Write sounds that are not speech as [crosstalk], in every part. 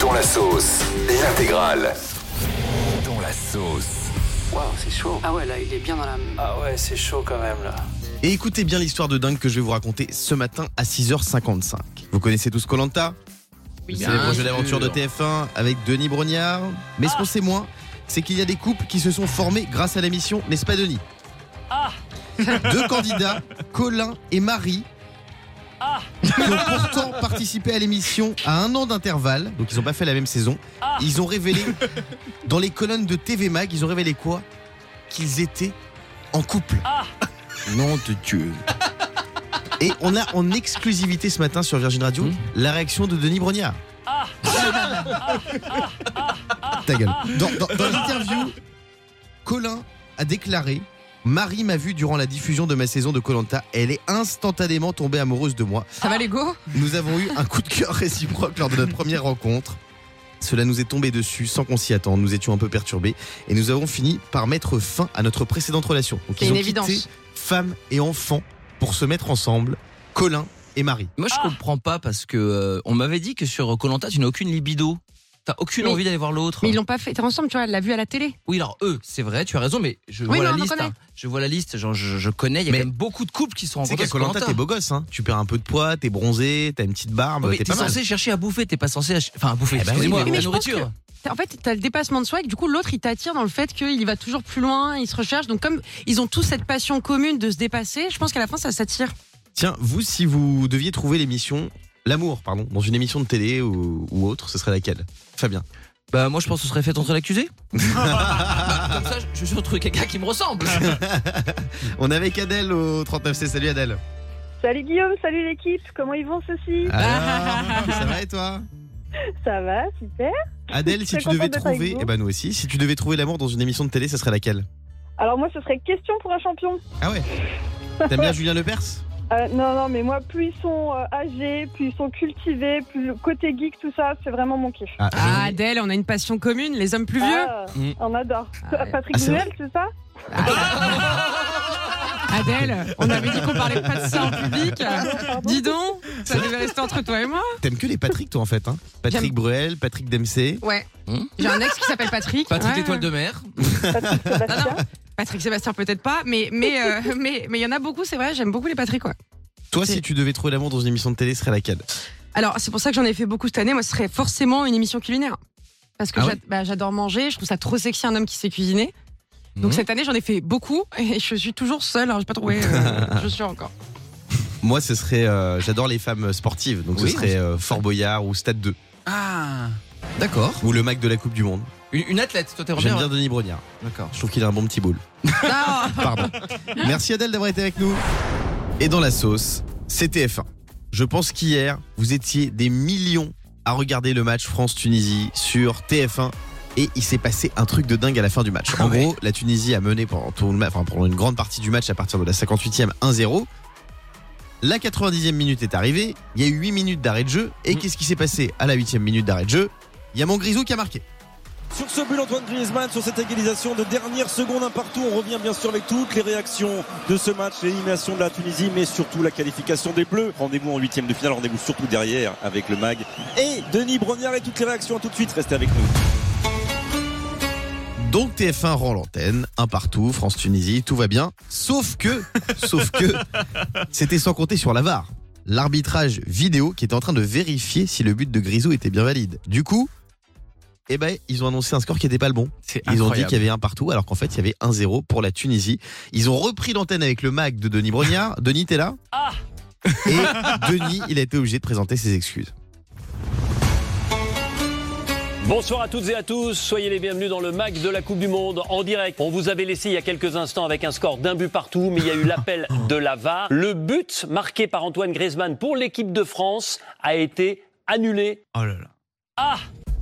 Dont la sauce, l'intégrale. Dans la sauce. Waouh, c'est chaud. Ah ouais, là, il est bien dans la. Ah ouais, c'est chaud quand même là. Et écoutez bien l'histoire de dingue que je vais vous raconter ce matin à 6h55. Vous connaissez tous Colanta Oui. C'est le Bien projet d'aventure de sûr. TF1 avec Denis Brognard. Mais Ah. ce qu'on sait moins, c'est qu'il y a des couples qui se sont formés grâce à l'émission, n'est-ce pas Denis Ah. Deux candidats, Colin et Marie, Ah qui ont pourtant participé à l'émission à un an d'intervalle, donc ils n'ont pas fait la même saison. Ah. Ils ont révélé, dans les colonnes de TV Mag, ils ont révélé quoi Qu'ils étaient en couple. Ah. Non de Dieu. [laughs] Et on a en exclusivité ce matin sur Virgin Radio la réaction de Denis Brognard. Ah. Ta gueule. Dans, dans- dans l'interview, Colin a déclaré Marie m'a vu durant la diffusion de ma saison de Colanta. Elle est instantanément tombée amoureuse de moi. Ça va l'ego Nous avons eu un coup de cœur réciproque lors de notre première rencontre. Cela nous est tombé dessus sans qu'on s'y attende. Nous étions un peu perturbés et nous avons fini par mettre fin à notre précédente relation. Donc C'est ils ont une évidence. quitté femme et enfant pour se mettre ensemble, Colin et Marie. Moi, je Ah. comprends pas parce que euh, on m'avait dit que sur Colanta, tu n'as aucune libido. T'as aucune Mais- envie d'aller voir l'autre. Mais ils l'ont pas fait. T'es ensemble, tu vois, elle l'a vu à la télé. Oui, alors eux, c'est vrai, tu as raison, mais je vois Oui, non, la on en liste. connaît. hein. Je vois la liste, genre, je, je connais. Il y a Mais- quand même beaucoup de couples qui se sont Tu sais rencontrés. qu'à sur Colanta, Koh-Lanta. t'es beau gosse, hein. Tu perds un peu de poids, t'es bronzé, t'as une petite barbe, Oui, mais t'es t'es pas mal. censé chercher à bouffer, t'es pas censé. à ch- Enfin, à bouffer, Eh ben oui, excusez-moi, mais la je pense que- nourriture. T'as- En fait, t'as le dépassement de soi et que, du coup, l'autre, il t'attire dans le fait qu'il va toujours plus loin, il se recherche. Donc, comme ils ont tous cette passion commune de se dépasser, je pense qu'à la fin, ça s'attire. Tiens, vous, si vous deviez trouver l'émission, l'amour, pardon, dans une émission de télé ou, ou autre, ce serait laquelle Fabien. [laughs] Bah, moi, je pense que ce serait fait entre l'accusé. Ah. Bah, Comme ça, je- je suis retrouvé quelqu'un qui me ressemble. On est avec Adèle au 39C. Salut Adèle. Salut Guillaume, salut l'équipe, comment ils vont Ah. ceux-ci Alors, ça va et toi Ça va, super. Adèle, si Très tu devais contente d'être avec trouver, vous. et ben nous aussi, si tu devais trouver l'amour dans une émission de télé, ça serait laquelle Alors moi ce serait question pour un champion. Ah ouais T'aimes bien Julien Lepers Euh, non, non, mais moi plus ils sont euh, âgés, plus ils sont cultivés, plus le côté geek, tout ça, c'est vraiment mon kiff. Ah, Ah, Adèle, on a une passion commune, les hommes plus vieux. Ah, Mm. On adore. Ah ouais. Patrick Ah, c'est Bruel, c'est ça Adèle, on avait dit qu'on parlait pas de ça [laughs] en public. [laughs] Dis donc, ça devait rester entre toi et moi. T'aimes que les Patrick, toi, en fait. Hein Patrick J'aime- Bruel, Patrick Dempsey. Ouais. Hmm J'ai un ex qui s'appelle Hein Patrick. Patrick Ouais. l'étoile de mer. [laughs] Patrick Sébastien. Patrick Sébastien, peut-être pas, mais mais euh, [laughs] mais mais il y en a beaucoup, c'est vrai. J'aime beaucoup les Patrick, quoi. Toi, si C'est- tu devais trouver l'amour dans une émission de télé, ce serait laquelle Alors, c'est pour ça que j'en ai fait beaucoup cette année. Moi, ce serait forcément une émission culinaire. Parce que Ah j'a- bah, j'adore manger, je trouve ça trop sexy un homme qui sait cuisiner. Donc Mhm. cette année, j'en ai fait beaucoup et [laughs] je suis toujours seule. Alors, j'ai pas trouvé. [laughs] euh, je suis encore. Moi, ce serait. euh, J'adore les femmes sportives, donc Oui, ce serait euh, Fort Boyard ou Stade 2, Ah, d'accord. ou le Mac de la Coupe du Monde. Une, une athlète, toi, t'es J'aime Robert. bien Denis Brognard. D'accord. Je trouve qu'il a un bon petit boule. Non. [laughs] Pardon. Merci Adèle d'avoir été avec nous. Et dans la sauce, c'est TF1. Je pense qu'hier, vous étiez des millions à regarder le match France-Tunisie sur TF1. Et il s'est passé un truc de dingue à la fin du match. Ah en ouais. gros, la Tunisie a mené pendant, tout le ma- enfin, pendant une grande partie du match à partir de la 58e 1-0. La 90e minute est arrivée. Il y a eu 8 minutes d'arrêt de jeu. Et Mm. qu'est-ce qui s'est passé à la 8e minute d'arrêt de jeu Il y a mon grisou qui a marqué. Sur ce but, Antoine Griezmann, sur cette égalisation de dernière seconde, un partout, on revient bien sûr avec toutes les réactions de ce match, l'élimination de la Tunisie, mais surtout la qualification des Bleus. Rendez-vous en huitième de finale, rendez-vous surtout derrière avec le MAG. Et Denis Brognard et toutes les réactions, à tout de suite, restez avec nous. Donc TF1 rend l'antenne, un partout, France-Tunisie, tout va bien. Sauf que, [laughs] sauf que, c'était sans compter sur la VAR. L'arbitrage vidéo qui était en train de vérifier si le but de Grisou était bien valide. Du coup, eh ben, ils ont annoncé un score qui n'était pas le bon. C'est Ils ont dit qu'il y avait un partout, alors qu'en fait, il y avait 1-0 pour la Tunisie. Ils ont repris l'antenne avec le mag de Denis Brognard. Denis, t'es là Ah Et Denis, il a été obligé de présenter ses excuses. Bonsoir à toutes et à tous, soyez les bienvenus dans le MAC de la Coupe du Monde en direct. On vous avait laissé il y a quelques instants avec un score d'un but partout, mais il y a eu l'appel de la VAR. Le but marqué par Antoine Griezmann pour l'équipe de France a été annulé. Oh là là. Ah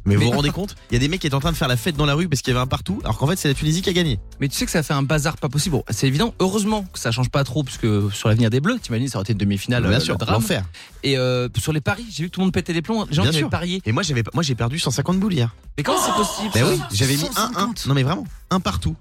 Mais, vous Mais- vous rendez compte Il y a des mecs qui étaient en train de faire la fête dans la rue parce qu'il y avait un partout, alors qu'en fait, c'est la Tunisie qui a gagné. Mais tu sais que ça fait un bazar pas possible. Bon, c'est évident. Heureusement que ça change pas trop, parce que sur l'avenir des Bleus, t'imagines, ça aurait été une demi-finale. euh, Bien le sûr, drame. l'enfer. Et euh, sur les paris, j'ai vu que tout le monde pétait les plombs. Les gens Bien qui avaient sûr. parié. Et moi j'avais moi j'ai Oh, perdu 150 boules hier. Mais comment c'est possible Bah ça oui, j'avais mis 1 1. Non mais vraiment, un partout.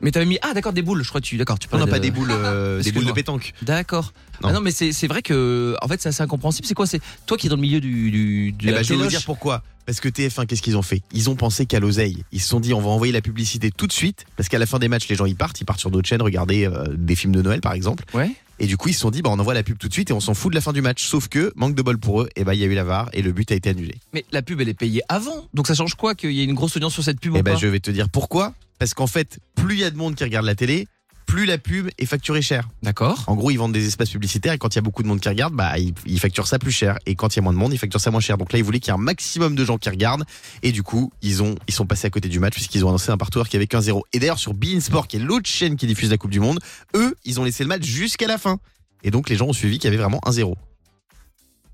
Mais t'avais mis. Ah, d'accord, des boules, je crois que tu. D'accord, tu On parles. n'a pas de- des [laughs] boules, euh, des boules de Ah, Excuse-moi. pétanque. D'accord. Ah Non, Non. mais c'est c'est vrai que. En fait, c'est assez incompréhensible. C'est quoi C'est toi qui es dans le milieu du. du, du Eh la ben, je vais vous téloche. dire pourquoi. Parce que TF1, qu'est-ce qu'ils ont fait Ils ont pensé qu'à l'oseille. Ils se sont dit, on va envoyer la publicité tout de suite, parce qu'à la fin des matchs, les gens ils partent, ils partent sur d'autres chaînes, regarder euh, des films de Noël par exemple. Ouais. Et du coup, ils se sont dit, bah, on envoie la pub tout de suite et on s'en fout de la fin du match. Sauf que, manque de bol pour eux, et bah, il y a eu la VAR et le but a été annulé. Mais la pub, elle est payée avant. Donc ça change quoi qu'il y ait une grosse audience sur cette pub et ou bah, pas je vais te dire pourquoi. Parce qu'en fait, plus il y a de monde qui regarde la télé, plus la pub est facturée cher. D'accord. En gros, ils vendent des espaces publicitaires et quand il y a beaucoup de monde qui regarde, bah, ils, ils facturent ça plus cher. Et quand il y a moins de monde, ils facturent ça moins cher. Donc là, ils voulaient qu'il y ait un maximum de gens qui regardent. Et du coup, ils, ont, ils sont passés à côté du match puisqu'ils ont annoncé un partout alors qu'il y avait qu'un 0 Et d'ailleurs, sur Bein Sport, qui est l'autre chaîne qui diffuse la Coupe du Monde, eux, ils ont laissé le match jusqu'à la fin. Et donc, les gens ont suivi qu'il y avait vraiment un 0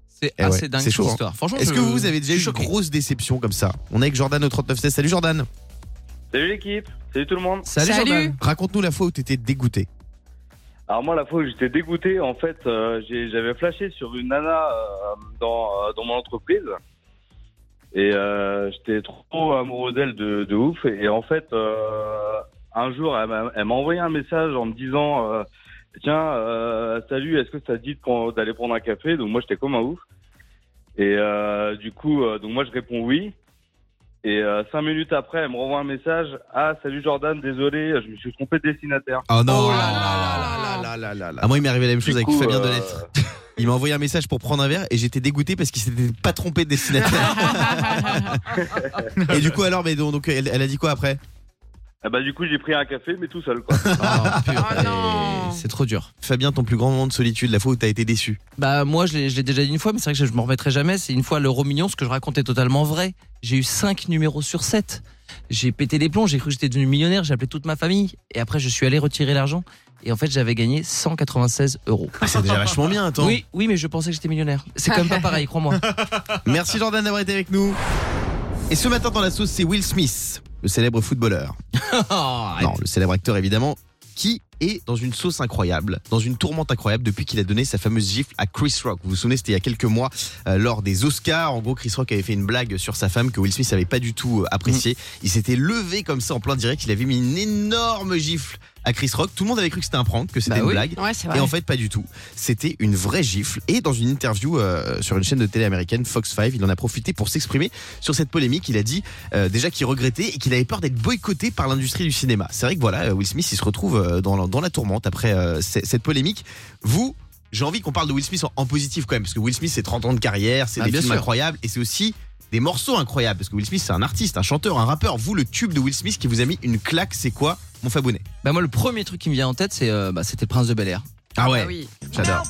C'est Eh assez ouais, dingue c'est cette chaud, hein. histoire. Franchement, Est-ce je- que vous avez déjà Euh, je eu suis une choqué. grosse déception comme ça On est avec Jordan au 39 Salut Jordan Salut l'équipe, salut tout le monde. Salut, Salut. Jordan. Raconte-nous la fois où t'étais dégoûté. Alors moi la fois où j'étais dégoûté, en fait, euh, j'ai- j'avais flashé sur une nana euh, dans, euh, dans mon entreprise et euh, j'étais trop amoureux d'elle de, de ouf. Et en fait, euh, un jour, elle m'a- elle m'a envoyé un message en me disant euh, Tiens, euh, salut, est-ce que ça te dit de prendre- d'aller prendre un café Donc moi, j'étais comme un ouf. Et euh, du coup, euh, donc moi, je réponds oui. Et euh, cinq minutes après, elle me renvoie un message Ah, salut Jordan, désolé, je me suis trompé de destinataire. Oh Ah non Oh là là là là là là là Ah, moi, il m'est arrivé la même chose Du avec coup, Fabien euh, Delettre. Il m'a envoyé un message pour prendre un verre et j'étais dégoûté parce qu'il s'était pas trompé de [laughs] destinataire. et du coup alors, mais donc, donc, elle, elle a dit quoi après Ah bah, du coup, j'ai pris un café, mais tout seul, quoi. Ah, Oh non. C'est trop dur. Fabien, ton plus grand moment de solitude, la fois où t'as été déçu. Bah moi je l'ai je l'ai déjà dit une fois mais c'est vrai que je m'en remettrai jamais, c'est une fois l'euro million, ce que je raconte est totalement vrai. J'ai eu 5 numéros sur 7. J'ai pété les plombs, j'ai cru que j'étais devenu millionnaire, j'ai appelé toute ma famille et après je suis allé retirer l'argent et en fait j'avais gagné 196 euros. Ah, c'est déjà vachement bien, attends. Oui, oui mais je pensais que j'étais millionnaire. C'est quand même pas pareil, [laughs] crois-moi. Merci Jordan d'avoir été avec nous. Et ce matin dans la sauce, c'est Will Smith, le célèbre footballeur. Oh, Arrête. Non, le célèbre acteur évidemment, qui est dans une sauce incroyable, dans une tourmente incroyable depuis qu'il a donné sa fameuse gifle à Chris Rock. Vous vous souvenez, c'était il y a quelques mois euh, lors des Oscars. En gros, Chris Rock avait fait une blague sur sa femme que Will Smith n'avait pas du tout euh, appréciée. Mm. Il s'était levé comme ça en plein direct, il avait mis une énorme gifle à Chris Rock. Tout le monde avait cru que c'était un prank, que c'était Bah une oui. blague. Ouais, c'est Et vrai. en fait, pas du tout. C'était une vraie gifle. Et dans une interview euh, sur une chaîne de télé américaine, Fox 5, il en a profité pour s'exprimer sur cette polémique. Il a dit euh, déjà qu'il regrettait et qu'il avait peur d'être boycotté par l'industrie du cinéma. C'est vrai que voilà, euh, Will Smith, il se retrouve euh, dans, la- dans la tourmente après euh, c- cette polémique. Vous, j'ai envie qu'on parle de Will Smith en, en positif quand même, parce que Will Smith, c'est 30 ans de carrière, c'est Ah, des bien films sûr. incroyables et c'est aussi des morceaux incroyables, parce que Will Smith, c'est un artiste, un chanteur, un rappeur. Vous, le tube de Will Smith qui vous a mis une claque, c'est quoi, mon Fabonnet Bah moi le premier truc qui me vient en tête c'est euh, bah, c'était le prince de Bel-Air. Ah Ah oui. j'adore.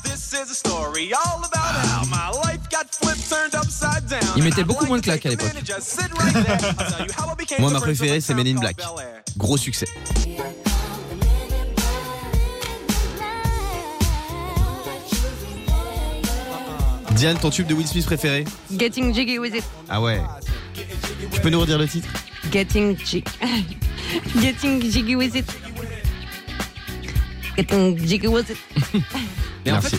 Il mettait beaucoup moins de claques à l'époque. Moi, ma préférée, c'est Men in Black. Gros succès. Diane, ton tube de Will Smith préféré Getting jiggy with it. Ah ouais. Tu peux nous redire le titre Getting jiggy. [laughs] Getting jiggy with it. Getting jiggy with it. Mais en fait,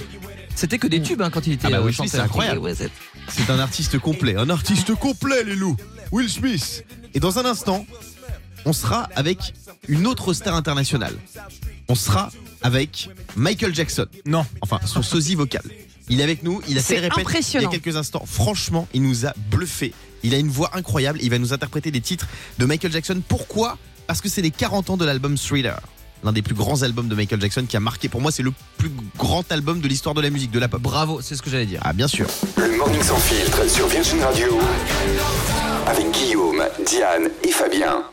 c'était que des tubes hein, quand il était Ah bah, euh, Will Smith, c'est chanteur. incroyable. Jiggy with it. C'est un artiste complet. Un artiste complet, les loups Will Smith Et dans un instant, on sera avec une autre star internationale. On sera avec Michael Jackson. Non. Enfin, son sosie vocal. Il est avec nous, il a fait C'est les répètes il y a impressionnant. quelques instants. Franchement, il nous a bluffé. Il a une voix incroyable, il va nous interpréter des titres de Michael Jackson. Pourquoi Parce que c'est les 40 ans de l'album Thriller. L'un des plus grands albums de Michael Jackson qui a marqué pour moi, c'est le plus grand album de l'histoire de la musique, de la pop. Bravo, c'est ce que j'allais dire. Ah bien sûr. Le Morning Sans Filtre sur Virgin Radio avec Guillaume, Diane et Fabien.